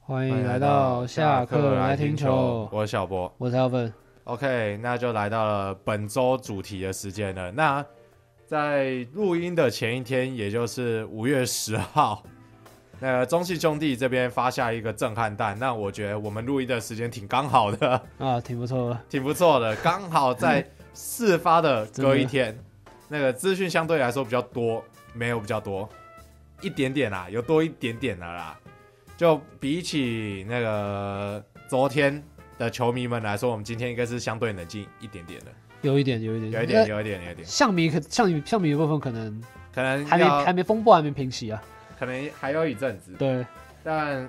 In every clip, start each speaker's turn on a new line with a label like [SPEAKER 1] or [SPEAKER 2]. [SPEAKER 1] 欢迎来到下课来听球，
[SPEAKER 2] 我是小波。
[SPEAKER 1] 我是 Alvin。
[SPEAKER 2] OK，那就来到了本周主题的时间了。那在录音的前一天，也就是五月十号，那个中信兄弟这边发下一个震撼弹。那我觉得我们录音的时间挺刚好的，
[SPEAKER 1] 啊，挺不错的，
[SPEAKER 2] 挺不错的，刚好在事发的隔 一天，那个资讯相对来说比较多，没有比较多，一点点啦，有多一点点的啦。就比起那个昨天的球迷们来说，我们今天应该是相对冷静一点点的，
[SPEAKER 1] 有一点，有一点，
[SPEAKER 2] 有一点，
[SPEAKER 1] 那。
[SPEAKER 2] 有一点，有一点，
[SPEAKER 1] 象迷可象迷象迷的部分可能
[SPEAKER 2] 可能
[SPEAKER 1] 还没
[SPEAKER 2] 要
[SPEAKER 1] 还没风波还没平息啊。
[SPEAKER 2] 可能还要一阵子。
[SPEAKER 1] 对，
[SPEAKER 2] 但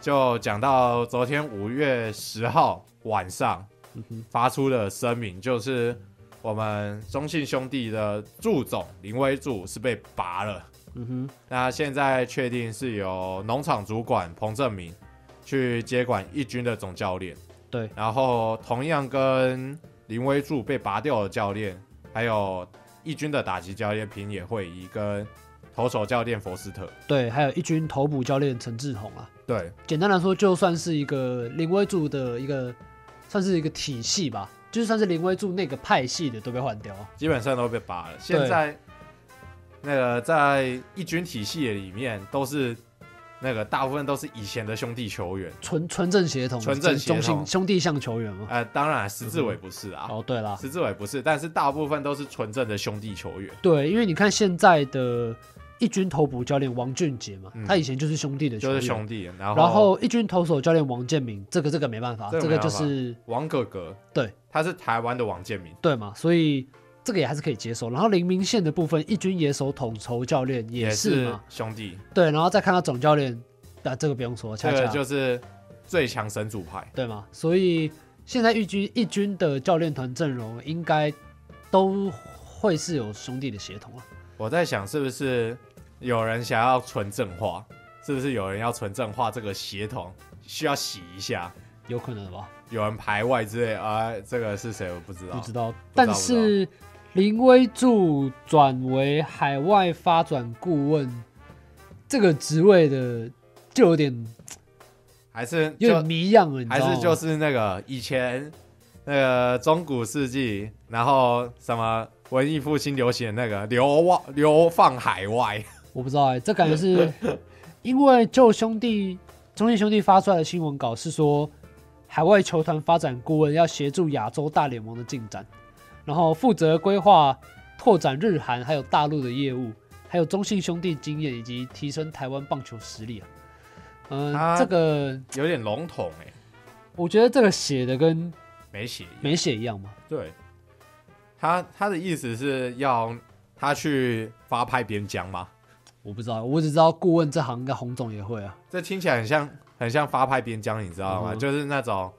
[SPEAKER 2] 就讲到昨天五月十号晚上
[SPEAKER 1] 嗯哼，
[SPEAKER 2] 发出的声明，就是我们中信兄弟的祝总林威柱是被拔了。
[SPEAKER 1] 嗯哼，
[SPEAKER 2] 那现在确定是由农场主管彭正明去接管一军的总教练。
[SPEAKER 1] 对，
[SPEAKER 2] 然后同样跟林威柱被拔掉的教练，还有一军的打击教练平野惠一跟投手教练佛斯特。
[SPEAKER 1] 对，还有一军头捕教练陈志宏啊。
[SPEAKER 2] 对，
[SPEAKER 1] 简单来说，就算是一个林威柱的一个，算是一个体系吧，就是算是林威柱那个派系的都被换掉。啊
[SPEAKER 2] 基本上都被拔了。现在那个在一军体系里面都是那个大部分都是以前的兄弟球员。
[SPEAKER 1] 纯纯正协同，
[SPEAKER 2] 纯正协同
[SPEAKER 1] 中心兄弟像球员嘛。
[SPEAKER 2] 呃，当然石志伟不是啊，
[SPEAKER 1] 哦，对啦，
[SPEAKER 2] 石志伟不是，但是大部分都是纯正的兄弟球员。
[SPEAKER 1] 对，因为你看现在的一军头捕教练王俊杰嘛，
[SPEAKER 2] 嗯
[SPEAKER 1] 他以前就是兄弟的球
[SPEAKER 2] 就
[SPEAKER 1] 员，
[SPEAKER 2] 是兄弟，然后
[SPEAKER 1] 然后一军投手教练王建民，这个这个没办法，
[SPEAKER 2] 这个
[SPEAKER 1] 这
[SPEAKER 2] 没
[SPEAKER 1] 个
[SPEAKER 2] 办
[SPEAKER 1] 就
[SPEAKER 2] 法
[SPEAKER 1] 是
[SPEAKER 2] 王哥哥，
[SPEAKER 1] 对，
[SPEAKER 2] 他是台湾的王建民，
[SPEAKER 1] 对嘛，所以这个也还是可以接受。然后林明宪的部分，一军野手统筹教练也是
[SPEAKER 2] 是
[SPEAKER 1] 嘛，
[SPEAKER 2] 兄弟，
[SPEAKER 1] 对，然后再看到总教练，啊，这个不用说，恰
[SPEAKER 2] 这
[SPEAKER 1] 恰、
[SPEAKER 2] 个就是最强神主派，
[SPEAKER 1] 对嘛，所以现在一军一军的教练团阵容应该都会是有兄弟的协同啊。
[SPEAKER 2] 我在想，是不是有人想要纯正化？是不是有人要纯正化这个协同？需要洗一下？
[SPEAKER 1] 有可能吧，
[SPEAKER 2] 有人排外之类啊、这个是谁？我不知道。
[SPEAKER 1] 不知道。但
[SPEAKER 2] 不知道
[SPEAKER 1] 是林威柱转为海外发展顾问这个职位的，就有点
[SPEAKER 2] 还是
[SPEAKER 1] 有点
[SPEAKER 2] 就
[SPEAKER 1] 迷样了，你知
[SPEAKER 2] 还
[SPEAKER 1] 道吗？啊
[SPEAKER 2] 是就是那个以前那个中古世纪，然后什么文艺复兴流行的那个流亡流放海外，
[SPEAKER 1] 我不知道哎、这感觉是 因为就兄弟中信兄弟发出来的新闻稿是说，海外球团发展顾问要协助亚洲大联盟的进展，然后负责规划拓展日韩还有大陆的业务，还有中信兄弟经验以及提升台湾棒球实力啊。嗯、
[SPEAKER 2] 他
[SPEAKER 1] 这个
[SPEAKER 2] 有点笼统哎、
[SPEAKER 1] 我觉得这个写的跟
[SPEAKER 2] 没写。
[SPEAKER 1] 没写一样嘛。
[SPEAKER 2] 对，他他的意思是要他去发派边疆吗？
[SPEAKER 1] 我不知道，我只知道顾问这行应该洪总也会啊。
[SPEAKER 2] 这听起来很像很像发派边疆，你知道吗？
[SPEAKER 1] 嗯
[SPEAKER 2] 就是那种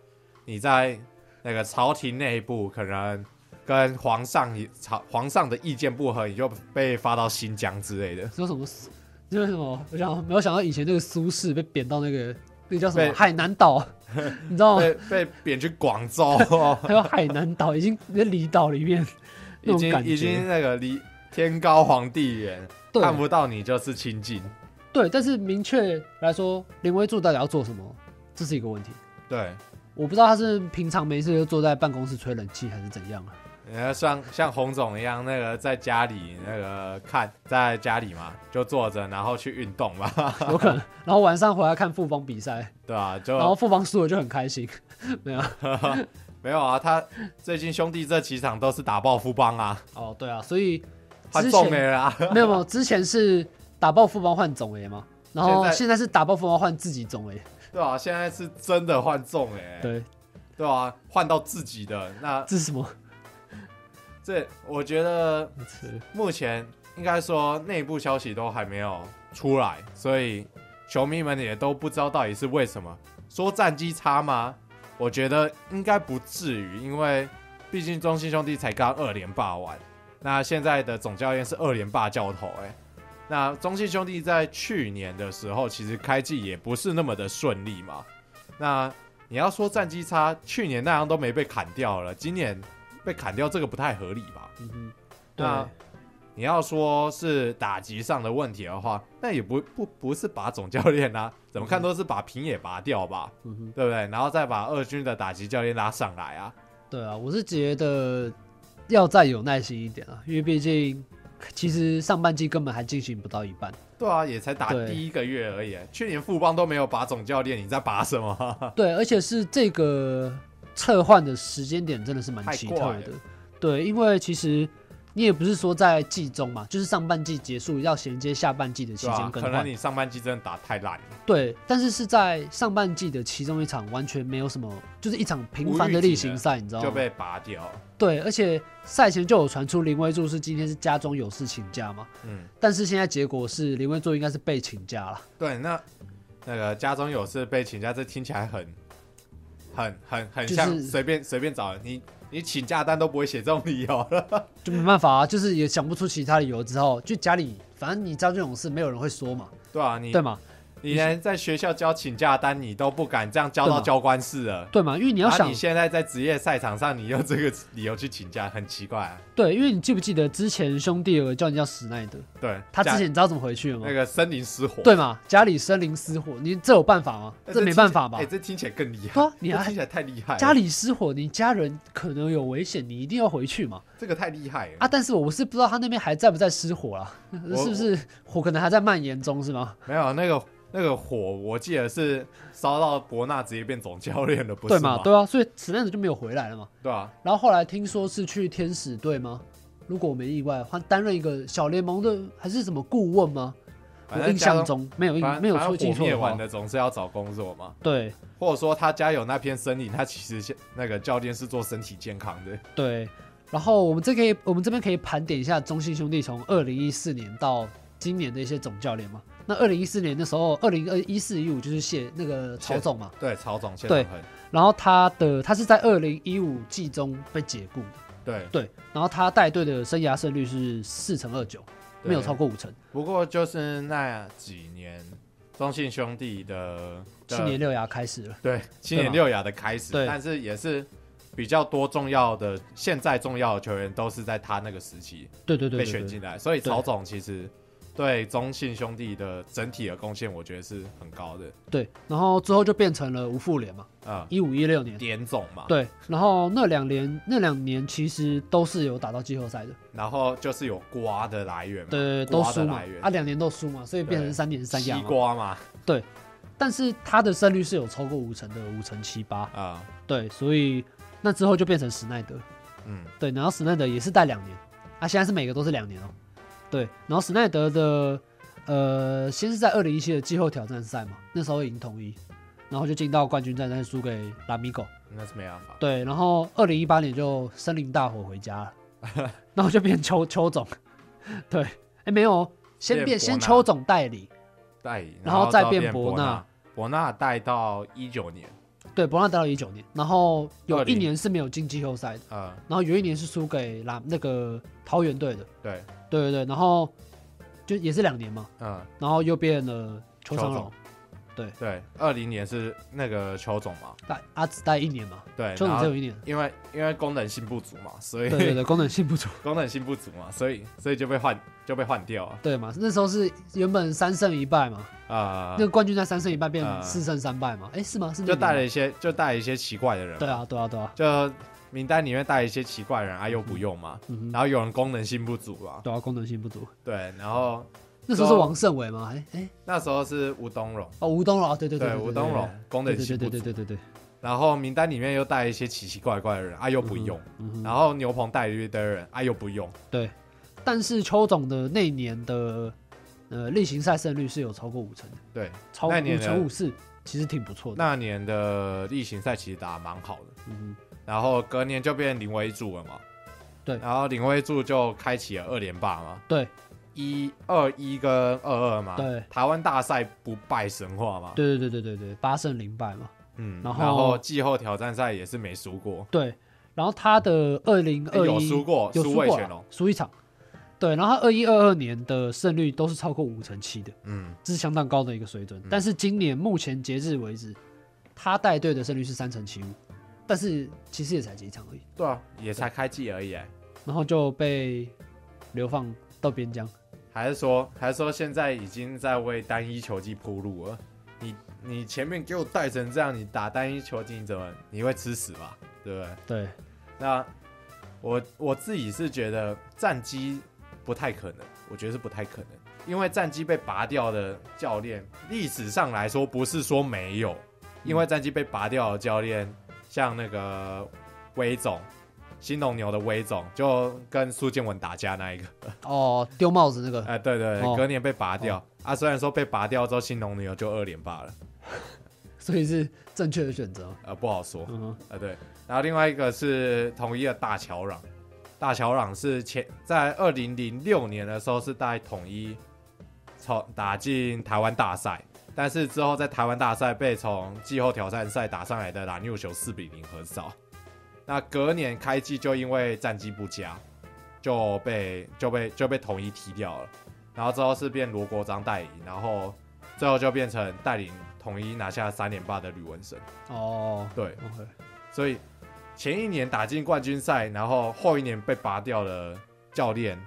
[SPEAKER 2] 你在那个朝廷内部可能跟皇上也朝皇上的意见不合，你就被发到新疆之类的。
[SPEAKER 1] 说什么苏？就是什么？我想没有想到以前那个苏轼被贬到那个那个叫什
[SPEAKER 2] 被
[SPEAKER 1] 么海南 岛，你知道吗？
[SPEAKER 2] 被被贬去广 州，
[SPEAKER 1] 还有海南岛已经在离岛里面，那
[SPEAKER 2] 已
[SPEAKER 1] 种
[SPEAKER 2] 经
[SPEAKER 1] 感觉
[SPEAKER 2] 已经那个离天高皇帝远，
[SPEAKER 1] 对
[SPEAKER 2] 看不到你就是亲近。
[SPEAKER 1] 对，但是明确来说，林威柱到底要做什么，这是一个问题。
[SPEAKER 2] 对，
[SPEAKER 1] 我不知道他是平常没事就坐在办公室吹冷气，还是怎样啊？
[SPEAKER 2] 你要像像洪总一样，那个在家里那个看，在家里嘛，就坐着，然后去运动嘛，
[SPEAKER 1] 有可能。然后晚上回来看富邦比赛，
[SPEAKER 2] 对啊吧、
[SPEAKER 1] 然后
[SPEAKER 2] 就
[SPEAKER 1] 富邦输了就很开心，没有啊？
[SPEAKER 2] 没有啊。他最近兄弟这几场都是打爆富邦啊，
[SPEAKER 1] 哦，对啊，所以
[SPEAKER 2] 他
[SPEAKER 1] 之
[SPEAKER 2] 中
[SPEAKER 1] 前
[SPEAKER 2] 了啊。
[SPEAKER 1] 没有没有，之前是打爆富邦换总爷嘛，然后
[SPEAKER 2] 现在
[SPEAKER 1] 现在是打爆富邦换自己总爷，
[SPEAKER 2] 对啊，现在是真的换中哎、
[SPEAKER 1] 对，
[SPEAKER 2] 对啊，换到自己的那
[SPEAKER 1] 这是什么？
[SPEAKER 2] 这，我觉得目前应该说内部消息都还没有出来，所以球迷们也都不知道到底是为什么。说战绩差吗？我觉得应该不至于，因为毕竟中信兄弟才刚二连霸完，那现在的总教练是二连霸教头、欸，那中信兄弟在去年的时候，其实开季也不是那么的顺利嘛。那你要说战绩差，去年那样都没被砍掉了，今年被砍掉这个不太合理吧？
[SPEAKER 1] 嗯哼，对
[SPEAKER 2] 那你要说是打击上的问题的话，那也不不不是把总教练啊，怎么看都是把平野拔掉吧，
[SPEAKER 1] 嗯哼，
[SPEAKER 2] 对不对？然后再把二军的打击教练拉上来啊。
[SPEAKER 1] 对啊，我是觉得要再有耐心一点啊，因为毕竟其实上半季根本还进行不到一半。
[SPEAKER 2] 对啊，也才打
[SPEAKER 1] 对
[SPEAKER 2] 第一个月而已，啊去年富邦都没有拔总教练，你在拔 什么？
[SPEAKER 1] 对，而且是这个撤换的时间点真的是蛮
[SPEAKER 2] 太
[SPEAKER 1] 奇
[SPEAKER 2] 怪
[SPEAKER 1] 特
[SPEAKER 2] 了
[SPEAKER 1] 的。对，因为其实你也不是说在季中嘛，就是上半季结束要衔接下半季的期
[SPEAKER 2] 对啊
[SPEAKER 1] 间，更
[SPEAKER 2] 可
[SPEAKER 1] 换。
[SPEAKER 2] 能你上半季真的打太烂了，
[SPEAKER 1] 对，但是是在上半季的其中一场完全没有什么，就是一场平
[SPEAKER 2] 无
[SPEAKER 1] 凡
[SPEAKER 2] 预
[SPEAKER 1] 的
[SPEAKER 2] 警
[SPEAKER 1] 例行
[SPEAKER 2] 的
[SPEAKER 1] 赛，你知道
[SPEAKER 2] 就
[SPEAKER 1] 吗？
[SPEAKER 2] 被拔掉。
[SPEAKER 1] 对，而且赛前就有传出林威柱是今天是家中有事请假嘛，
[SPEAKER 2] 嗯，
[SPEAKER 1] 但是现在结果是林威柱应该是被请假了。
[SPEAKER 2] 对，那那个家中有事被请假，这听起来很很很很
[SPEAKER 1] 就是
[SPEAKER 2] 像随便随便找人，你你请假单都不会写这种理由了。
[SPEAKER 1] 就没办法啊，就是也想不出其他理由，之后就家里，反正你知道这种事没有人会说嘛，
[SPEAKER 2] 对啊，你
[SPEAKER 1] 对吗？
[SPEAKER 2] 你连在学校交请假单你都不敢这样交
[SPEAKER 1] 对
[SPEAKER 2] 到
[SPEAKER 1] 嘛
[SPEAKER 2] 教官室了。
[SPEAKER 1] 对嘛？因为你
[SPEAKER 2] 你
[SPEAKER 1] 要想
[SPEAKER 2] 啊你，现在在职业赛场上，你用这个理由去请假，很奇怪、啊。
[SPEAKER 1] 对，因为你记不记得之前兄弟有个叫你叫史奈德，
[SPEAKER 2] 对，
[SPEAKER 1] 他之
[SPEAKER 2] 家
[SPEAKER 1] 前你知道怎么回去的吗
[SPEAKER 2] 那？个森林失火，
[SPEAKER 1] 对嘛？家里生灵失火，你这有办法吗？
[SPEAKER 2] 哎，
[SPEAKER 1] 这没办法吧
[SPEAKER 2] 哎、？这听起来更厉害。
[SPEAKER 1] 对啊你
[SPEAKER 2] 这
[SPEAKER 1] 还
[SPEAKER 2] 听起来太厉害了，
[SPEAKER 1] 家里失火，你家人可能有危险，你一定要回去嘛。
[SPEAKER 2] 这个太厉害了。
[SPEAKER 1] 啊，但是我是不知道他那边还在不在失火啦，
[SPEAKER 2] 我
[SPEAKER 1] 是不是火可能还在蔓延中是吗？
[SPEAKER 2] 没有啊那个那个火，我记得是烧到伯纳直接变总教练了，不
[SPEAKER 1] 对
[SPEAKER 2] 是
[SPEAKER 1] 嘛？
[SPEAKER 2] 吗？
[SPEAKER 1] 对啊，所以史奈德就没有回来了嘛。
[SPEAKER 2] 对啊，
[SPEAKER 1] 然后后来听说是去天使队吗？如果我没意外，他担任一个小联盟的还是什么顾问吗？我
[SPEAKER 2] 反正
[SPEAKER 1] 印
[SPEAKER 2] 家
[SPEAKER 1] 象
[SPEAKER 2] 中
[SPEAKER 1] 中没有
[SPEAKER 2] 反
[SPEAKER 1] 印
[SPEAKER 2] 正
[SPEAKER 1] 没有
[SPEAKER 2] 反
[SPEAKER 1] 出
[SPEAKER 2] 正
[SPEAKER 1] 记
[SPEAKER 2] 火
[SPEAKER 1] 错
[SPEAKER 2] 灭
[SPEAKER 1] 的
[SPEAKER 2] 完
[SPEAKER 1] 话，
[SPEAKER 2] 的总是要找工作嘛，
[SPEAKER 1] 对
[SPEAKER 2] 或者说他家有那片森林，他其实是那个教练是做身体健康的。
[SPEAKER 1] 对。然后我们这可以我们这边可以盘点一下中信兄弟从二零一四年到今年的一些总教练嘛。那二零一四年的时候，二零二一四一五就是谢那个曹
[SPEAKER 2] 谢
[SPEAKER 1] 总嘛，
[SPEAKER 2] 对，曹总现
[SPEAKER 1] 对
[SPEAKER 2] 在很
[SPEAKER 1] 然后他的他是在二零一五季中被解雇的，
[SPEAKER 2] 对，
[SPEAKER 1] 对，然后他带队的生涯胜率是四成二九，
[SPEAKER 2] 对
[SPEAKER 1] 没有超过五成。
[SPEAKER 2] 不过就是那几年中信兄弟的的
[SPEAKER 1] 去年六牙开始了，
[SPEAKER 2] 对七年
[SPEAKER 1] 吗
[SPEAKER 2] 六亚的开始，
[SPEAKER 1] 对
[SPEAKER 2] 但是也是比较多重要的现在重要的球员都是在他那个时期
[SPEAKER 1] 对对对对对
[SPEAKER 2] 被选进来，所以
[SPEAKER 1] 对
[SPEAKER 2] 曹总其实对中信兄弟的整体的贡献，我觉得是很高的。
[SPEAKER 1] 对，然后之后就变成了吴复联嘛，
[SPEAKER 2] 嗯，
[SPEAKER 1] 一五一六年。
[SPEAKER 2] 点总嘛，
[SPEAKER 1] 对，然后那两年那两年其实都是有打到季后赛的，
[SPEAKER 2] 然后就是有瓜的来源嘛，
[SPEAKER 1] 对，都
[SPEAKER 2] 瓜
[SPEAKER 1] 输
[SPEAKER 2] 的
[SPEAKER 1] 嘛
[SPEAKER 2] 来，源
[SPEAKER 1] 啊，两年都输嘛，所以变成
[SPEAKER 2] 对
[SPEAKER 1] 三点三亚
[SPEAKER 2] 西
[SPEAKER 1] 嘛。
[SPEAKER 2] 瓜嘛，
[SPEAKER 1] 但是他的胜率是有超过五成的，五成七八，
[SPEAKER 2] 啊、
[SPEAKER 1] 对，所以那之后就变成史奈德，
[SPEAKER 2] 嗯，
[SPEAKER 1] 对，然后史奈德也是带两年，啊，现在是每个都是两年哦、对，然后史奈德的呃，先是在二零一七的季后挑战赛嘛，那时候赢统一，然后就进到冠军战，但是输给拉米狗，
[SPEAKER 2] 那是没办法。
[SPEAKER 1] 对，然后二零一八年就森林大火回家 了，然后就变邱邱总， 对，哎没有哦，先
[SPEAKER 2] 变
[SPEAKER 1] 变
[SPEAKER 2] 伯
[SPEAKER 1] 先
[SPEAKER 2] 纳
[SPEAKER 1] 邱总代理，
[SPEAKER 2] 代理，
[SPEAKER 1] 然后再
[SPEAKER 2] 到
[SPEAKER 1] 变
[SPEAKER 2] 变
[SPEAKER 1] 伯
[SPEAKER 2] 伯
[SPEAKER 1] 纳，
[SPEAKER 2] 伯纳带到一九年，
[SPEAKER 1] 对，伯纳待到一九年，然后有一
[SPEAKER 2] 20
[SPEAKER 1] 年是没有进季后赛的，
[SPEAKER 2] 呃，
[SPEAKER 1] 然后有一年是输给拉那个桃园队的，
[SPEAKER 2] 对，
[SPEAKER 1] 对对对，然后就也是两年嘛，
[SPEAKER 2] 嗯，
[SPEAKER 1] 然后又变了邱长
[SPEAKER 2] 邱
[SPEAKER 1] 龙
[SPEAKER 2] 总，对，二零年是那个邱总嘛，
[SPEAKER 1] 带阿紫带一年嘛，
[SPEAKER 2] 对，
[SPEAKER 1] 邱总
[SPEAKER 2] 然
[SPEAKER 1] 只
[SPEAKER 2] 后
[SPEAKER 1] 有一 年，
[SPEAKER 2] 因为因为功能性不足嘛，所以
[SPEAKER 1] 对对对，功能性不足，
[SPEAKER 2] 功能性不足嘛，所以所以就被换就被换掉啊，
[SPEAKER 1] 对嘛，那时候是原本三胜一败嘛，
[SPEAKER 2] 啊、
[SPEAKER 1] 那个冠军赛三胜一败变
[SPEAKER 2] 呃
[SPEAKER 1] 四胜三败嘛，哎是吗？是那
[SPEAKER 2] 就
[SPEAKER 1] 年
[SPEAKER 2] 带
[SPEAKER 1] 吗
[SPEAKER 2] 了一些就带了一些奇怪的人，
[SPEAKER 1] 对，啊对啊对啊，
[SPEAKER 2] 就名单里面带了一些奇怪的人啊，又不用嘛，
[SPEAKER 1] 嗯哼，
[SPEAKER 2] 然后有人功能性不足啊，
[SPEAKER 1] 对啊功能性不足，
[SPEAKER 2] 对，然后
[SPEAKER 1] 那时候是
[SPEAKER 2] 然后
[SPEAKER 1] 王胜伟吗？哎哎
[SPEAKER 2] 那时候是吴东荣，
[SPEAKER 1] 哦吴东龙，啊对对对
[SPEAKER 2] 吴东荣，功
[SPEAKER 1] 对
[SPEAKER 2] 能
[SPEAKER 1] 对
[SPEAKER 2] 性
[SPEAKER 1] 对
[SPEAKER 2] 不
[SPEAKER 1] 对
[SPEAKER 2] 足，
[SPEAKER 1] 对对对，
[SPEAKER 2] 然后名单里面又带了一些奇奇怪怪的人啊，又不用，
[SPEAKER 1] 嗯哼。
[SPEAKER 2] 然后牛棚带了一堆人啊，又不用，
[SPEAKER 1] 对，但是邱总的那一年的呃例行赛胜率是有超过五成的，
[SPEAKER 2] 对，
[SPEAKER 1] 超
[SPEAKER 2] 那
[SPEAKER 1] 五
[SPEAKER 2] 年的
[SPEAKER 1] 成五四，其实挺不错的。
[SPEAKER 2] 那年的例行赛其实打得蛮好的。
[SPEAKER 1] 嗯
[SPEAKER 2] 然后隔年就变林威柱了嘛。
[SPEAKER 1] 对
[SPEAKER 2] 然后林威柱就开启了二连霸嘛，
[SPEAKER 1] 对
[SPEAKER 2] 一二一跟二二嘛，
[SPEAKER 1] 对，
[SPEAKER 2] 台湾大赛不败神话嘛，，
[SPEAKER 1] 对对对对对对，八胜零败嘛。
[SPEAKER 2] 嗯，
[SPEAKER 1] 然
[SPEAKER 2] 然
[SPEAKER 1] 后
[SPEAKER 2] 季后挑战赛也是没输过，
[SPEAKER 1] 对，然后他的二零
[SPEAKER 2] 诶
[SPEAKER 1] 二
[SPEAKER 2] 有
[SPEAKER 1] 一
[SPEAKER 2] 输过，
[SPEAKER 1] 有
[SPEAKER 2] 输
[SPEAKER 1] 输
[SPEAKER 2] 魏哦
[SPEAKER 1] 过
[SPEAKER 2] 全
[SPEAKER 1] 啦
[SPEAKER 2] 龙，，
[SPEAKER 1] 输一场。对，然后他二一二二年的胜率都是超过五成七的，
[SPEAKER 2] 嗯，
[SPEAKER 1] 这是相当高的一个水准。但是今年目前截至为止，他带队的胜率是三成七五，但是其实也才几场而已，
[SPEAKER 2] 对啊，也才开季而已，诶
[SPEAKER 1] 然后就被流放到边疆。
[SPEAKER 2] 还是说，还是说现在已经在为单一球技铺路了？你你前面给我带成这样，你打单一球技你怎么你会吃屎吧？对不对？
[SPEAKER 1] 对，
[SPEAKER 2] 那我我自己是觉得战机不太可能，我觉得是不太可能，因为战机被拔掉的教练，历史上来说不是说没有，因为战机被拔掉的教练，像那个威总，新农牛的威总，就跟苏建文打架那一个，
[SPEAKER 1] 哦，丢帽子那个，
[SPEAKER 2] 哎、对对对，
[SPEAKER 1] 哦
[SPEAKER 2] 隔年被拔掉、啊，虽然说被拔掉之后，新农牛就二连霸了，
[SPEAKER 1] 所以是正确的选择。
[SPEAKER 2] 呃，不好说，
[SPEAKER 1] 嗯哼，
[SPEAKER 2] 啊，对，然后另外一个是统一的大乔朗，大乔朗是前在二零零六年的时候是带统一从打进台湾大赛，但是之后在台湾大赛被从季后挑战赛打上来的拉纽球四比零横扫，那隔年开季就因为战绩不佳，就被就被就被统一踢掉了，然后之后是变罗国章代理，然后最后就变成带领统一拿下三连霸的吕文生，
[SPEAKER 1] 哦
[SPEAKER 2] 对。
[SPEAKER 1] ，OK，
[SPEAKER 2] 所以前一年打进冠军赛，然后后一年被拔掉的教练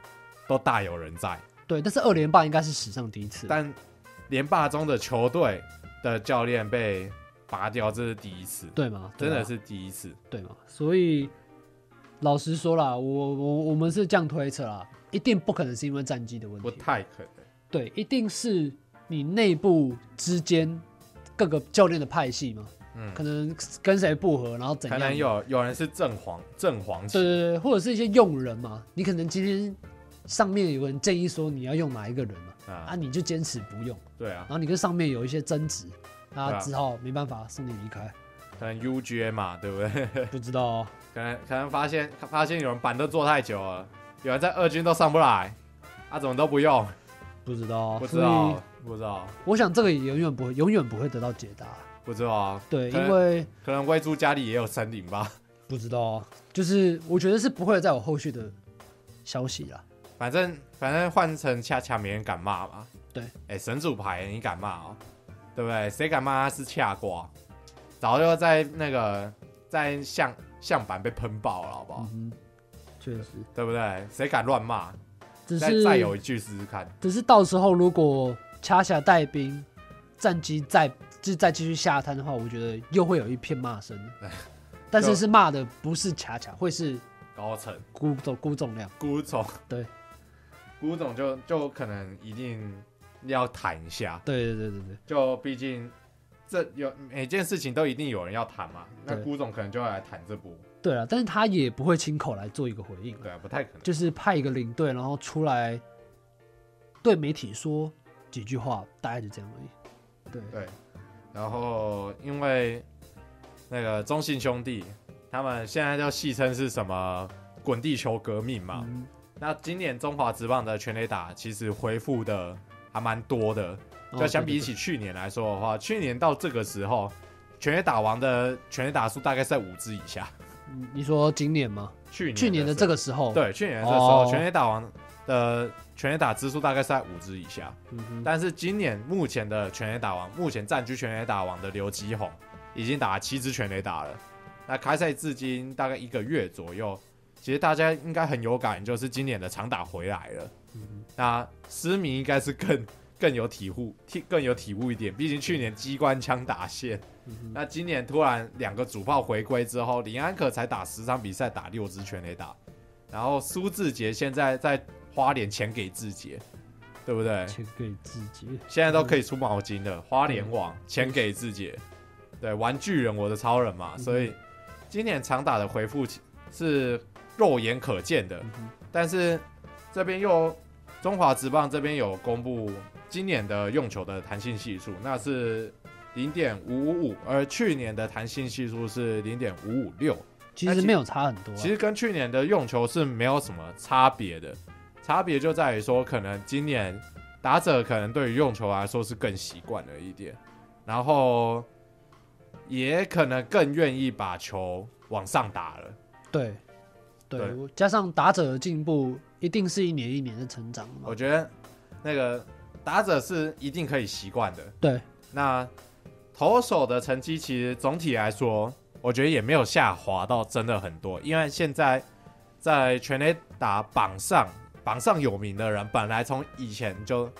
[SPEAKER 2] 都大有人在，
[SPEAKER 1] 对，但是二连霸应该是史上第一次。
[SPEAKER 2] 但连霸中的球队的教练被拔掉，这是第一次，
[SPEAKER 1] 对嘛？对
[SPEAKER 2] 真的
[SPEAKER 1] 啊
[SPEAKER 2] 是第一次。
[SPEAKER 1] 对嘛？所以老实说啦，我我我们是这样推测啦，一定不可能是因为战绩的问
[SPEAKER 2] 不
[SPEAKER 1] 题，
[SPEAKER 2] 太可能。
[SPEAKER 1] 对，一定是你内部之间各个教练的派系嘛，
[SPEAKER 2] 嗯
[SPEAKER 1] 可能跟谁不合，然后怎
[SPEAKER 2] 可
[SPEAKER 1] 样？
[SPEAKER 2] 能有有人是正黄正黄
[SPEAKER 1] 对
[SPEAKER 2] 旗，
[SPEAKER 1] 对对，或者是一些用人嘛，你可能今天上面有人建议说你要用哪一个人嘛，啊，
[SPEAKER 2] 啊，
[SPEAKER 1] 你就坚持不用，
[SPEAKER 2] 对啊
[SPEAKER 1] 然，后你跟上面有一些争执，
[SPEAKER 2] 对
[SPEAKER 1] 啊，
[SPEAKER 2] 啊
[SPEAKER 1] 只好没办法送你离开，
[SPEAKER 2] 可能 UJ 嘛，对不对？
[SPEAKER 1] 不知道、哦。
[SPEAKER 2] 可能可能发现发现有人板凳坐太久了，有人在二军都上不来，啊，怎么都不用，
[SPEAKER 1] 不知道哦，
[SPEAKER 2] 不知
[SPEAKER 1] 所以
[SPEAKER 2] 道，不知道，
[SPEAKER 1] 我想这个也永远不会，永远不会得到解答。
[SPEAKER 2] 不知道，啊
[SPEAKER 1] 对，
[SPEAKER 2] 可能
[SPEAKER 1] 因为
[SPEAKER 2] 可能威猪家里也有森林吧。
[SPEAKER 1] 不知道啊，就是我觉得是不会再有后续的消息啦。
[SPEAKER 2] 反正反正换成恰恰没人敢骂嘛。
[SPEAKER 1] 对
[SPEAKER 2] 哎、神主牌你敢骂哦，对不对？谁敢骂他是恰瓜？早就在那个在象象板被喷爆了，好不好？
[SPEAKER 1] 嗯哼，确实，
[SPEAKER 2] 对不对？谁敢乱骂？
[SPEAKER 1] 只
[SPEAKER 2] 再
[SPEAKER 1] 是
[SPEAKER 2] 再有一句试试看。
[SPEAKER 1] 只是到时候如果恰恰带兵战绩再就是再继续下探的话，我觉得又会有一片骂 声。但是
[SPEAKER 2] 就是
[SPEAKER 1] 骂的不是恰恰，会是
[SPEAKER 2] 高层
[SPEAKER 1] 辜总辜总量。
[SPEAKER 2] 辜总，
[SPEAKER 1] 对，
[SPEAKER 2] 辜总就就可能一定要谈一下，
[SPEAKER 1] 对对对对对，
[SPEAKER 2] 就毕竟这有每件事情都一定有人要谈嘛。那
[SPEAKER 1] 对
[SPEAKER 2] 辜总可能就会来谈这波，
[SPEAKER 1] 对了，但是他也不会亲口来做一个回应啊，
[SPEAKER 2] 对啊，不太可能。
[SPEAKER 1] 就是派一个领队，然后出来对媒体说几句话，大概就这样而已。对，
[SPEAKER 2] 对，然后因为那个中信兄弟，他们现在就戏称是什么“滚地球革命”嘛。
[SPEAKER 1] 嗯
[SPEAKER 2] 那今年中华职棒的全垒打其实恢复的还蛮多的，
[SPEAKER 1] 哦
[SPEAKER 2] 就相比
[SPEAKER 1] 对对
[SPEAKER 2] 起去年来说的话，去年到这个时候，全垒打王的全垒打数大概在五支以下。
[SPEAKER 1] 你你说今年吗？
[SPEAKER 2] 去年
[SPEAKER 1] 去年的这
[SPEAKER 2] 个
[SPEAKER 1] 个时候，，
[SPEAKER 2] 对去年的这个时候，
[SPEAKER 1] 哦
[SPEAKER 2] 全垒打王的全垒打支数大概是在五支以下。
[SPEAKER 1] 嗯哼，
[SPEAKER 2] 但是今年目前的全垒打王，目前占据全垒打王的刘基宏，已经打了七支全垒打了。那开赛至今大概一个月左右，其实大家应该很有感，就是今年的长打回来了。
[SPEAKER 1] 嗯
[SPEAKER 2] 那思明应该是更更有体悟，体更有体悟一点，毕竟去年机关枪打线，
[SPEAKER 1] 嗯
[SPEAKER 2] 那今年突然两个主炮回归之后，林安可才打十场比赛打六支全垒打，然后苏志杰现在在花莲钱给志杰，对不对
[SPEAKER 1] 哼，？钱给自己，
[SPEAKER 2] 现在都可以出毛巾了，花莲网
[SPEAKER 1] 嗯
[SPEAKER 2] 钱给自己，对，玩具人我的超人嘛，
[SPEAKER 1] 嗯
[SPEAKER 2] 所以今年长打的回复是肉眼可见的，
[SPEAKER 1] 嗯哼
[SPEAKER 2] 但是这边又中华职棒这边有公布今年的用球的弹性系数，那是零点五五五，而去年的弹性系数是零点五五六，
[SPEAKER 1] 其实没有差很多、啊，
[SPEAKER 2] 其实跟去年的用球是没有什么差别的，差别就在于说，可能今年打者可能对于用球来说是更习惯了一点，然后也可能更愿意把球往上打了。
[SPEAKER 1] 对对，
[SPEAKER 2] 对
[SPEAKER 1] 我加上打者的进步，一定是一年一年的成长嘛
[SPEAKER 2] 我。觉得那个打者是一定可以习惯的。
[SPEAKER 1] 对，
[SPEAKER 2] 那投手的成绩其实总体来说，我觉得也没有下滑到真的很多，因为现在在全垒打榜上榜上有名的人，本来从以前就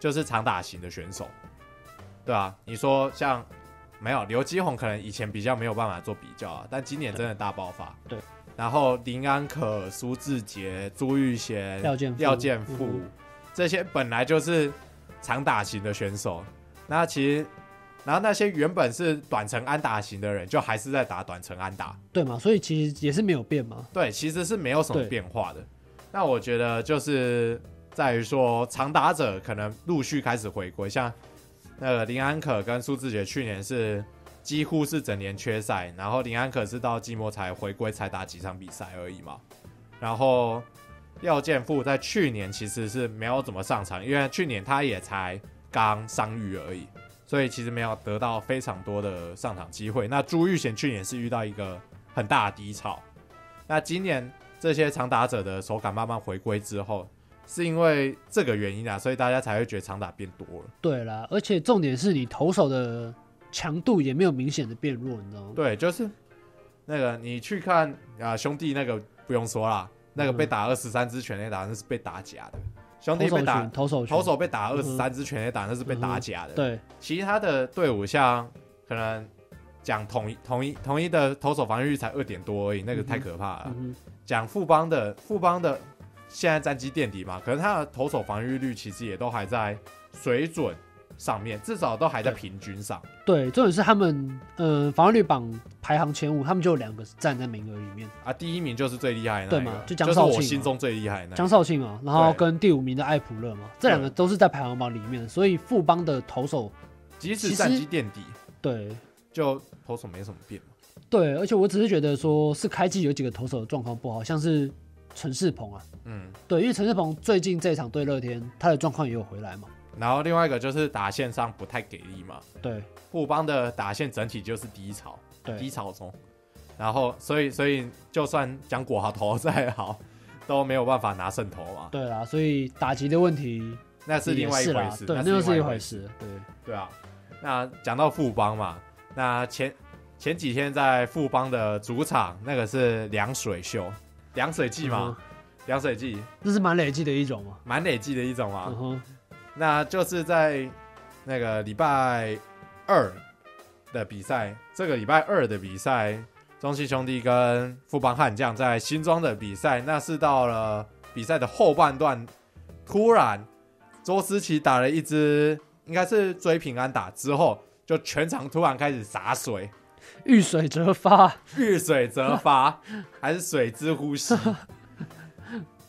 [SPEAKER 2] 就是长打型的选手，对啊，你说像没有刘基宏，可能以前比较没有办法做比较啊，但今年真的大爆发。
[SPEAKER 1] 对，
[SPEAKER 2] 然后林安可、苏志杰、朱玉贤、
[SPEAKER 1] 廖健富
[SPEAKER 2] 廖健富、
[SPEAKER 1] 嗯
[SPEAKER 2] 这些本来就是长打型的选手，那其实。然后那些原本是短程安打型的人，就还是在打短程安打。
[SPEAKER 1] 对嘛，所以其实也是没有变嘛。
[SPEAKER 2] 对，其实是没有什么
[SPEAKER 1] 对
[SPEAKER 2] 变化的。那我觉得就是在于说，长打者可能陆续开始回归，像那个林安可跟苏志杰去年是几乎是整年缺赛，然后林安可是到季末才回归，才打几场比赛而已嘛。然后廖健富在去年其实是没有怎么上场，因为去年他也才刚伤愈而已，所以其实没有得到非常多的上场机会。那朱玉贤去年是遇到一个很大的低潮，那今年这些长打者的手感慢慢回归之后，是因为这个原因啊，所以大家才会觉得长打变多了。
[SPEAKER 1] 对啦，而且重点是你投手的强度也没有明显的变弱，你知道吗？
[SPEAKER 2] 对，就是那个你去看啊、兄弟那个不用说啦，那个被打二十三支全垒打那是被打假的，兄弟
[SPEAKER 1] 投
[SPEAKER 2] 被
[SPEAKER 1] 手
[SPEAKER 2] 啊打
[SPEAKER 1] 群，投手群，
[SPEAKER 2] 投手被打
[SPEAKER 1] 嗯
[SPEAKER 2] 二
[SPEAKER 1] 哼嗯
[SPEAKER 2] 十三支全垒打那是被打假的。
[SPEAKER 1] 对
[SPEAKER 2] 其他的队伍像可能讲统一统一统一的投手防御率才二点多而已，那个太可怕了。
[SPEAKER 1] 嗯
[SPEAKER 2] 讲富邦的，富邦的现在战绩垫底嘛，可是他的投手防御率其实也都还在水准上面，至少都还在平均上。
[SPEAKER 1] 哼，对，重点是他们呃防御率榜排行前五，他们就有两个站在名额里面，
[SPEAKER 2] 啊，第一名就是最厉害的那
[SPEAKER 1] 对嘛
[SPEAKER 2] 一个，
[SPEAKER 1] 就
[SPEAKER 2] 就
[SPEAKER 1] 江
[SPEAKER 2] 是
[SPEAKER 1] 少庆嘛
[SPEAKER 2] 我心中最厉害的那一
[SPEAKER 1] 江
[SPEAKER 2] 个。
[SPEAKER 1] 少庆嘛，然后
[SPEAKER 2] 对
[SPEAKER 1] 跟第五名的艾普勒嘛，这两个都是在排行榜里面，所以富邦的投手
[SPEAKER 2] 即
[SPEAKER 1] 其
[SPEAKER 2] 使
[SPEAKER 1] 实
[SPEAKER 2] 战绩垫底，
[SPEAKER 1] 对
[SPEAKER 2] 就投手没什么变嘛。
[SPEAKER 1] 对，而且我只是觉得说是开季有几个投手的状况不好，像是陈世鹏啊，
[SPEAKER 2] 嗯，
[SPEAKER 1] 对，因为陈世鹏最近这一场对乐天，他的状况也有回来嘛，
[SPEAKER 2] 然后另外一个就是打线上不太给力嘛，
[SPEAKER 1] 对
[SPEAKER 2] 富邦的打线整体就是低潮，低
[SPEAKER 1] 对
[SPEAKER 2] 潮中，然后所以所以就算江国豪投得再好，都没有办法拿胜投嘛，
[SPEAKER 1] 对啦，所以打击的问题
[SPEAKER 2] 那是
[SPEAKER 1] 也
[SPEAKER 2] 另外一
[SPEAKER 1] 是
[SPEAKER 2] 回
[SPEAKER 1] 啦，
[SPEAKER 2] 事，
[SPEAKER 1] 对，那
[SPEAKER 2] 是
[SPEAKER 1] 又
[SPEAKER 2] 另外
[SPEAKER 1] 是一
[SPEAKER 2] 回
[SPEAKER 1] 回
[SPEAKER 2] 事。
[SPEAKER 1] 事，对，
[SPEAKER 2] 对啊，那讲到富邦嘛，那前前几天在富邦的主场，那个是凉水秀，凉水季
[SPEAKER 1] 嗯
[SPEAKER 2] 嘛，凉、水季
[SPEAKER 1] 这是蛮累积的一种嘛，
[SPEAKER 2] 满垒季的一种嘛，
[SPEAKER 1] 嗯哼，
[SPEAKER 2] 那就是在那个礼拜二的比赛，这个礼拜二的比赛，中信兄弟跟富邦悍将在新庄的比赛，那是到了比赛的后半段，突然周思齐打了一支应该是追平安打之后，就全场突然开始洒水，
[SPEAKER 1] 遇水则发，
[SPEAKER 2] 遇水则发，还是水之呼吸？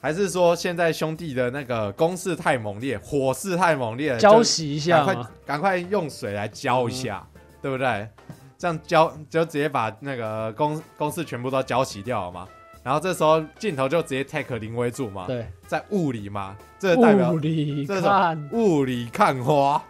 [SPEAKER 2] 还是说现在兄弟的那个攻势太猛烈，火势太猛烈了，
[SPEAKER 1] 浇
[SPEAKER 2] 就
[SPEAKER 1] 熄一
[SPEAKER 2] 赶
[SPEAKER 1] 下
[SPEAKER 2] 快
[SPEAKER 1] 嘛，
[SPEAKER 2] 赶快用水来浇一下，
[SPEAKER 1] 嗯
[SPEAKER 2] 对不对？这样浇就直接把那个公公式全部都浇熄掉了嘛。然后这时候镜头就直接 take 林威柱嘛，
[SPEAKER 1] 对，
[SPEAKER 2] 在雾里嘛，啊这代表
[SPEAKER 1] 雾里
[SPEAKER 2] 这
[SPEAKER 1] 看，
[SPEAKER 2] 雾里看花。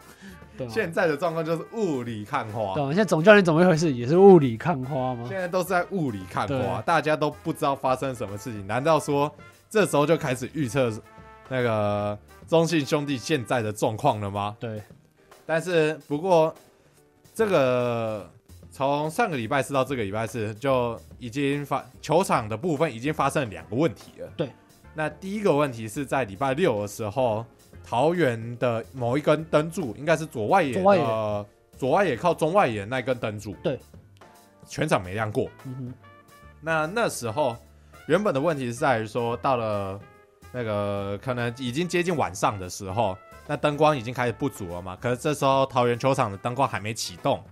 [SPEAKER 1] 对嘛
[SPEAKER 2] 现在的状况就是雾里看花，
[SPEAKER 1] 哦对嘛，现在总教练怎么一回事？也是雾里看花吗
[SPEAKER 2] 现？在都是在雾里看花，
[SPEAKER 1] 对
[SPEAKER 2] 大家都不知道发生什么事情。难道说这时候就开始预测那个中信兄弟现在的状况了吗？
[SPEAKER 1] 对，
[SPEAKER 2] 但是不过，这个从上个礼拜四到这个礼拜四，就已经发球场的部分已经发生了两个问题了。
[SPEAKER 1] 对，
[SPEAKER 2] 那第一个问题是在礼拜六的时候，桃园的某一根灯柱，应该是左外野
[SPEAKER 1] 左外
[SPEAKER 2] 的左外野靠中外野那一根灯柱，
[SPEAKER 1] 对，
[SPEAKER 2] 全场没亮过。
[SPEAKER 1] 嗯哼，
[SPEAKER 2] 那那时候原本的问题是在于说，到了那个可能已经接近晚上的时候，那灯光已经开始不足了嘛。可是这时候桃园球场的灯光还没启动，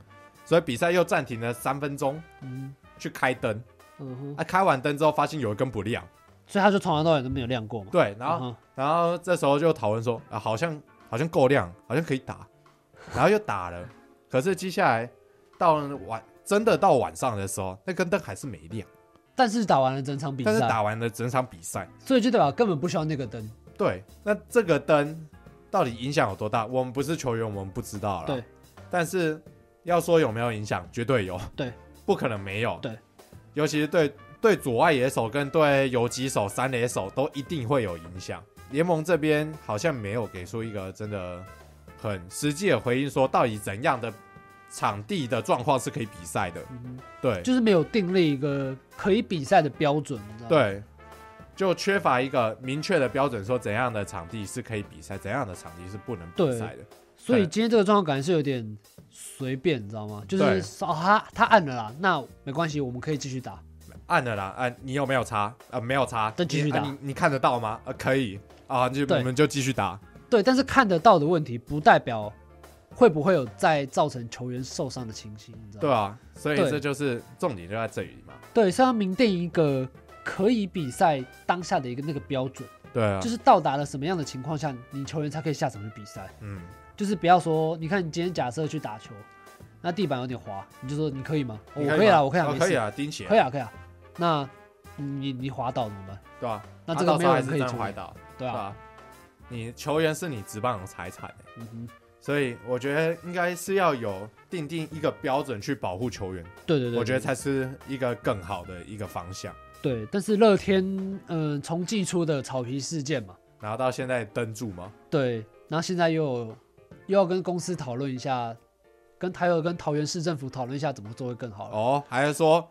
[SPEAKER 2] 所以比赛又暂停了三分钟
[SPEAKER 1] 嗯
[SPEAKER 2] 去开灯。
[SPEAKER 1] 嗯哼，
[SPEAKER 2] 啊，开完灯之后发现有一根不亮，
[SPEAKER 1] 所以他就从头到尾都没有亮过嘛，
[SPEAKER 2] 对，然后
[SPEAKER 1] 嗯哼
[SPEAKER 2] 然后这时候就讨论说，啊，好像好像够亮，好像可以打，然后又打了。可是接下来到了晚真的到晚上的时候，那根灯还是没亮，
[SPEAKER 1] 但是打完了整场比
[SPEAKER 2] 但是
[SPEAKER 1] 赛，
[SPEAKER 2] 打完了整场比赛。
[SPEAKER 1] 所以就代表根本不需要那个灯，
[SPEAKER 2] 对，那这个灯到底影响有多大？我们不是球员，我们不知道了。
[SPEAKER 1] 对，
[SPEAKER 2] 但是要说有没有影响，绝对有。
[SPEAKER 1] 对，
[SPEAKER 2] 不可能没有。
[SPEAKER 1] 对，
[SPEAKER 2] 尤其是对对左外野手跟对游击手、三垒手都一定会有影响。联盟这边好像没有给出一个真的很实际的回应，说到底怎样的场地的状况是可以比赛的。
[SPEAKER 1] 嗯哼
[SPEAKER 2] 对，
[SPEAKER 1] 嗯就是没有订立一个可以比赛的标准，你知道吗？
[SPEAKER 2] 对，就缺乏一个明确的标准，说怎样的场地是可以比赛，怎样的场地是不能比
[SPEAKER 1] 对
[SPEAKER 2] 赛的。
[SPEAKER 1] 所以今天这个状况感觉是有点随便，你知道吗？就是
[SPEAKER 2] 对
[SPEAKER 1] 哦，他他按了啦，那没关系，我们可以继续打。
[SPEAKER 2] 按了啦，按、你有没有差？呃，没有差，
[SPEAKER 1] 再继续
[SPEAKER 2] 你啊
[SPEAKER 1] 打
[SPEAKER 2] 你你看得到吗？呃，可以啊，就
[SPEAKER 1] 对
[SPEAKER 2] 你们就继续打。
[SPEAKER 1] 对，但是看得到的问题不代表会不会有再造成球员受伤的情形，你知道
[SPEAKER 2] 对
[SPEAKER 1] 吗？
[SPEAKER 2] 啊，所以
[SPEAKER 1] 对
[SPEAKER 2] 这就是重点就在这里嘛。
[SPEAKER 1] 对，是要明定一个可以比赛当下的一个那个标准，
[SPEAKER 2] 对啊，
[SPEAKER 1] 就是到达了什么样的情况下，你球员才可以下场去比赛。
[SPEAKER 2] 嗯，
[SPEAKER 1] 就是不要说，你看你今天假设去打球，那地板有点滑，你就说你可以吗？哦
[SPEAKER 2] 你
[SPEAKER 1] 我
[SPEAKER 2] 吗
[SPEAKER 1] 可以啦，我可以啦，
[SPEAKER 2] 哦
[SPEAKER 1] 没
[SPEAKER 2] 可以
[SPEAKER 1] 事，
[SPEAKER 2] 啊，钉鞋，
[SPEAKER 1] 可以啊，可以啊。那你你滑倒怎么办？
[SPEAKER 2] 对吧？
[SPEAKER 1] 那
[SPEAKER 2] 他
[SPEAKER 1] 这个
[SPEAKER 2] 到
[SPEAKER 1] 没
[SPEAKER 2] 时候
[SPEAKER 1] 有人
[SPEAKER 2] 还是
[SPEAKER 1] 可以
[SPEAKER 2] 真
[SPEAKER 1] 处
[SPEAKER 2] 怀
[SPEAKER 1] 理，
[SPEAKER 2] 到，
[SPEAKER 1] 对
[SPEAKER 2] 对
[SPEAKER 1] 啊，
[SPEAKER 2] 吧？你球员是你职棒的财产欸，
[SPEAKER 1] 嗯哼，
[SPEAKER 2] 所以我觉得应该是要有定定一个标准去保护球员，
[SPEAKER 1] 对对对，
[SPEAKER 2] 我觉得
[SPEAKER 1] 对
[SPEAKER 2] 才是一个更好的一个方向。
[SPEAKER 1] 对。但是乐天，嗯、从季初的草皮事件嘛，
[SPEAKER 2] 然后到现在登住嘛，
[SPEAKER 1] 对，然后现在又有又要跟公司讨论一下，跟台有跟桃园市政府讨论一下怎么做会更好了。
[SPEAKER 2] 哦，还是说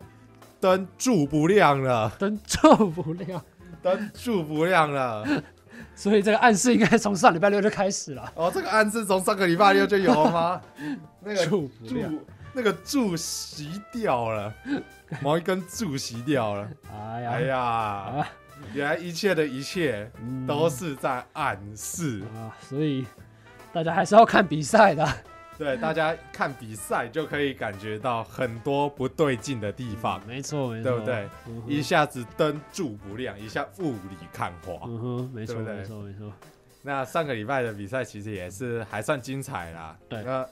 [SPEAKER 2] 灯柱不亮了，
[SPEAKER 1] 灯救不了，
[SPEAKER 2] 灯柱不亮了。
[SPEAKER 1] 所以这个暗示应该从上礼拜六就开始了。
[SPEAKER 2] 哦，这个案子从上个礼拜六就有了吗？那个
[SPEAKER 1] 救不了，
[SPEAKER 2] 柱，那个柱席掉了，某一根柱席掉了。
[SPEAKER 1] 哎呀，
[SPEAKER 2] 哎呀，原来一切的一切
[SPEAKER 1] 嗯
[SPEAKER 2] 都是在暗示。
[SPEAKER 1] 啊，所以大家还是要看比赛的啊。
[SPEAKER 2] 对，大家看比赛就可以感觉到很多不对劲的地方，
[SPEAKER 1] 没错，没错，
[SPEAKER 2] 对不对？
[SPEAKER 1] 嗯
[SPEAKER 2] 一
[SPEAKER 1] 哼？
[SPEAKER 2] 下子灯柱不亮，一下雾里看花。
[SPEAKER 1] 嗯哼，没错，
[SPEAKER 2] 对不对
[SPEAKER 1] 没错，没错。
[SPEAKER 2] 那上个礼拜的比赛其实也是还算精彩啦。
[SPEAKER 1] 对
[SPEAKER 2] 那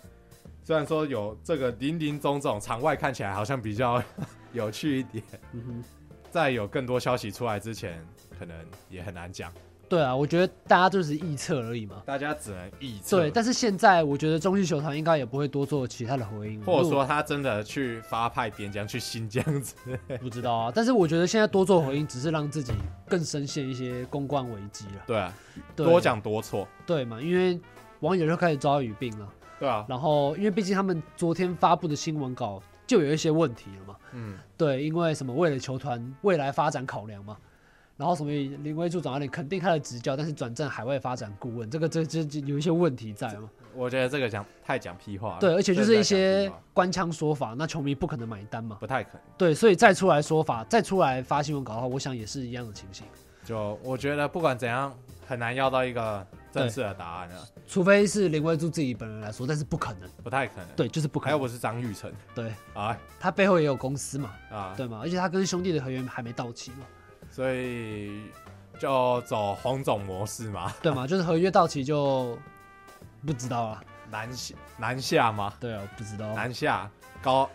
[SPEAKER 2] 虽然说有这个林林总总，场外看起来好像比较 有趣一点，
[SPEAKER 1] 嗯哼，
[SPEAKER 2] 在有更多消息出来之前，可能也很难讲，
[SPEAKER 1] 对啊，我觉得大家就是臆测而已嘛。
[SPEAKER 2] 大家只能臆测。
[SPEAKER 1] 对，但是现在我觉得中信球团应该也不会多做其他的回应，
[SPEAKER 2] 或者
[SPEAKER 1] 因为
[SPEAKER 2] 说他真的去发派边疆，去新疆 之类的
[SPEAKER 1] 我不知道啊。但是我觉得现在多做回应，只是让自己更深陷一些公关危机了。
[SPEAKER 2] 对啊，
[SPEAKER 1] 对
[SPEAKER 2] 多讲多错，
[SPEAKER 1] 对嘛，因为网友就开始抓语病了。
[SPEAKER 2] 对啊，
[SPEAKER 1] 然后，因为毕竟他们昨天发布的新闻稿就有一些问题了嘛。
[SPEAKER 2] 嗯，
[SPEAKER 1] 对，因为什么为了球团未来发展考量嘛，然后什么林威助长有点肯定他的执教，但是转战海外发展顾问，这个这这这有一些问题在嘛？
[SPEAKER 2] 我觉得这个讲太讲屁话了，
[SPEAKER 1] 对，而且就是一
[SPEAKER 2] 真的在
[SPEAKER 1] 些
[SPEAKER 2] 讲屁话
[SPEAKER 1] 官腔说法，那球迷不可能买单嘛。
[SPEAKER 2] 不太可能。
[SPEAKER 1] 对，所以再出来说法，再出来发新闻稿的话，我想也是一样的情形，
[SPEAKER 2] 就我觉得不管怎样，很难要到一个正式的答案了，
[SPEAKER 1] 除非是林威助自己本人来说，但是不可能。
[SPEAKER 2] 不太可能。
[SPEAKER 1] 对，就是不可
[SPEAKER 2] 还有
[SPEAKER 1] 能。
[SPEAKER 2] 我是张玉成
[SPEAKER 1] 对
[SPEAKER 2] 啊
[SPEAKER 1] 他背后也有公司嘛，
[SPEAKER 2] 啊，
[SPEAKER 1] 对嘛？而且他跟兄弟的合约还没到期嘛，
[SPEAKER 2] 所以就走黄总模式嘛，
[SPEAKER 1] 对嘛？就是合约到期就不知道了。
[SPEAKER 2] 南下南下嘛，
[SPEAKER 1] 对啊，不知道。
[SPEAKER 2] 南下高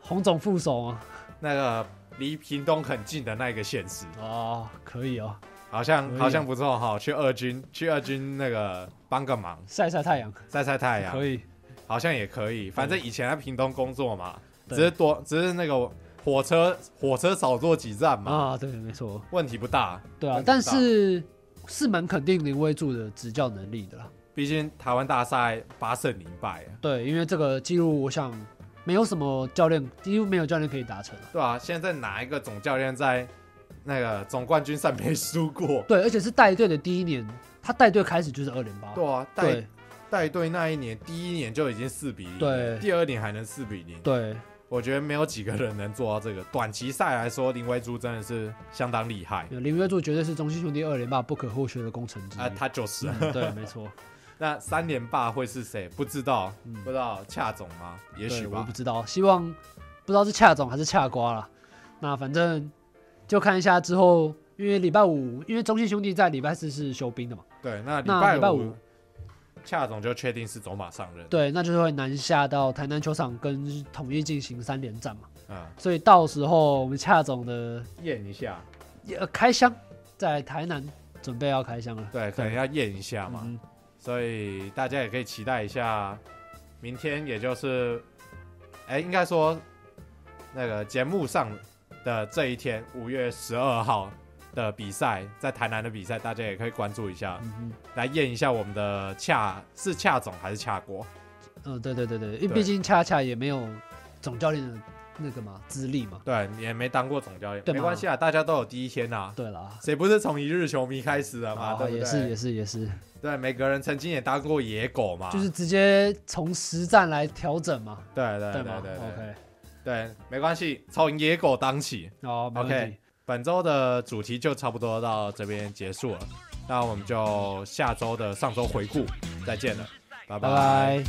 [SPEAKER 1] 洪总副手啊。
[SPEAKER 2] 那个离屏东很近的那个县市，
[SPEAKER 1] 哦，可以哦，
[SPEAKER 2] 好
[SPEAKER 1] 可
[SPEAKER 2] 像
[SPEAKER 1] 以
[SPEAKER 2] 好像不错哈，去二军去二军那个帮个忙，
[SPEAKER 1] 晒晒太阳，
[SPEAKER 2] 晒晒太阳，
[SPEAKER 1] 可以。
[SPEAKER 2] 好像也可以，反正以前在屏东工作嘛，只
[SPEAKER 1] 对
[SPEAKER 2] 是多只是那个火车火车少坐几站嘛，
[SPEAKER 1] 啊，对，没错，
[SPEAKER 2] 问题不大。
[SPEAKER 1] 对啊
[SPEAKER 2] 问，题不大
[SPEAKER 1] 但是是蛮肯定林威柱的执教能力的啦。
[SPEAKER 2] 毕竟台湾大赛八胜零败啊，
[SPEAKER 1] 对，因为这个记录，我想没有什么教练，几乎没有教练可以达成啊。
[SPEAKER 2] 对啊，现在哪一个总教练在那个总冠军赛没 输过？
[SPEAKER 1] 对，而且是带队的第一年，他带队开始就是二连八。
[SPEAKER 2] 对啊，带
[SPEAKER 1] 对
[SPEAKER 2] 带队那一年，第一年就已经四比零，
[SPEAKER 1] 对
[SPEAKER 2] 第二年还能四比零，
[SPEAKER 1] 对
[SPEAKER 2] 我觉得没有几个人能做到这个。短期赛来说，林威珠真的是相当厉害
[SPEAKER 1] 林威柱绝对是中信兄弟二连霸不可或缺的功臣之一。
[SPEAKER 2] 啊，他就是啊。
[SPEAKER 1] 嗯对，没错。
[SPEAKER 2] 那三连霸会是谁？不知道，
[SPEAKER 1] 嗯
[SPEAKER 2] 不知道恰总吗？ 也许
[SPEAKER 1] 对，我
[SPEAKER 2] 吧
[SPEAKER 1] 不。知道，希望不知道是恰总还是恰瓜啦。那反正就看一下之后，因为礼拜五，因为中信兄弟在礼拜四是休兵的嘛，
[SPEAKER 2] 对，那礼
[SPEAKER 1] 那礼拜
[SPEAKER 2] 五
[SPEAKER 1] 五
[SPEAKER 2] 恰总就确定是走马上任。，
[SPEAKER 1] 对，那就是会南下到台南球场跟统一进行三连战嘛。
[SPEAKER 2] 嗯，
[SPEAKER 1] 所以到时候我们恰总的、
[SPEAKER 2] 验一下，
[SPEAKER 1] 呃、开箱在台南准备要开箱了，
[SPEAKER 2] 对，可能要验一下嘛。
[SPEAKER 1] 嗯
[SPEAKER 2] 所以大家也可以期待一下，明天也就是，哎、应该说那个节目上的这一天，五月十二号的比赛，在台南的比赛，大家也可以关注一下，
[SPEAKER 1] 嗯
[SPEAKER 2] 来验一下我们的恰是恰总还是恰国。
[SPEAKER 1] 呃嗯，对对对对，因为
[SPEAKER 2] 对
[SPEAKER 1] 毕竟恰恰也没有总教练的那个嘛资历嘛。
[SPEAKER 2] 对，也没当过总教练，
[SPEAKER 1] 对
[SPEAKER 2] 没
[SPEAKER 1] 嘛
[SPEAKER 2] 关系啊，大家都有第一天呐、
[SPEAKER 1] 对啦，
[SPEAKER 2] 谁不是从一日球迷开始的嘛？
[SPEAKER 1] 啊
[SPEAKER 2] 对不对？
[SPEAKER 1] 也是也是也是，
[SPEAKER 2] 对，每个人曾经也当过野狗嘛，
[SPEAKER 1] 就是直接从实战来调整嘛，
[SPEAKER 2] 对对对
[SPEAKER 1] 吗
[SPEAKER 2] 对对
[SPEAKER 1] ？OK，
[SPEAKER 2] 对，没关系，从野狗当起。
[SPEAKER 1] 哦，没问
[SPEAKER 2] OK
[SPEAKER 1] 题，
[SPEAKER 2] 本周的主题就差不多到这边结束了，那我们就下周的上周回顾再见了，拜
[SPEAKER 1] 拜拜。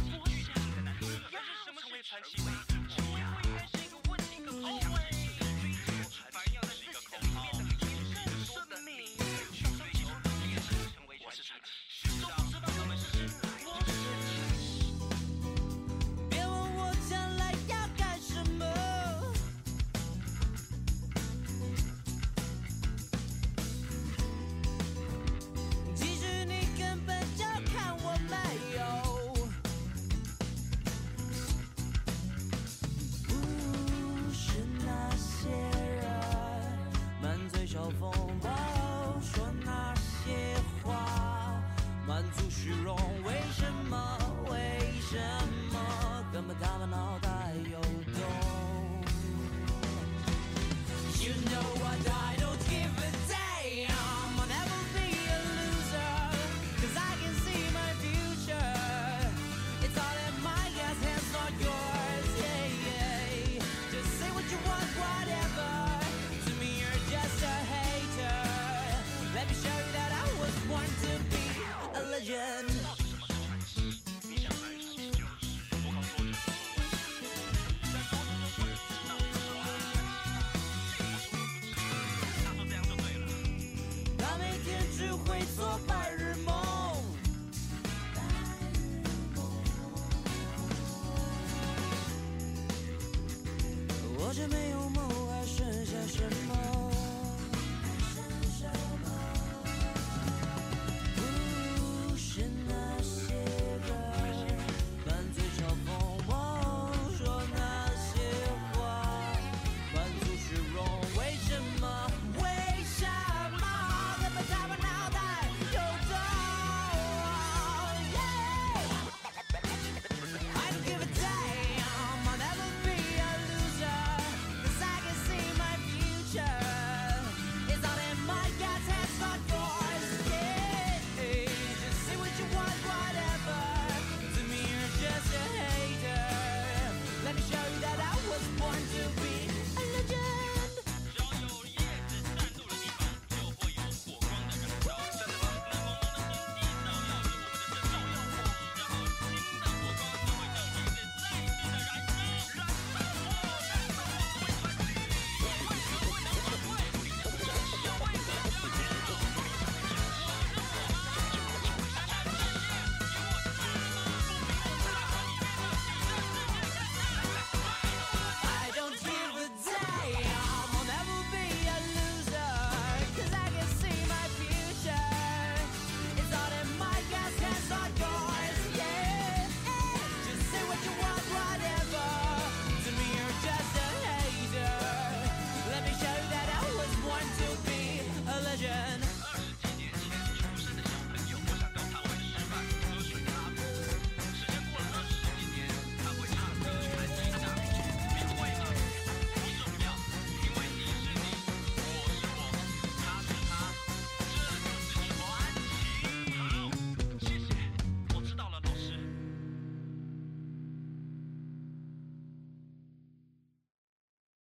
[SPEAKER 3] 别问我将来要干什么，其实你根本就看我没有。不是那些人满嘴嘲讽哦，说那些话，满足虚荣。为什么？为什么？根本他们脑袋有洞。You know what? I don't give a damn. I'll never be a loser. 'Cause I can see my future. It's all in my hands, hands not yours. Yeah, yeah. Just say what you want, whatever. To me, you're just a hater. Let me show you that I was born to be a legend.他每天只会做白日梦。我却没有梦，还剩下什么？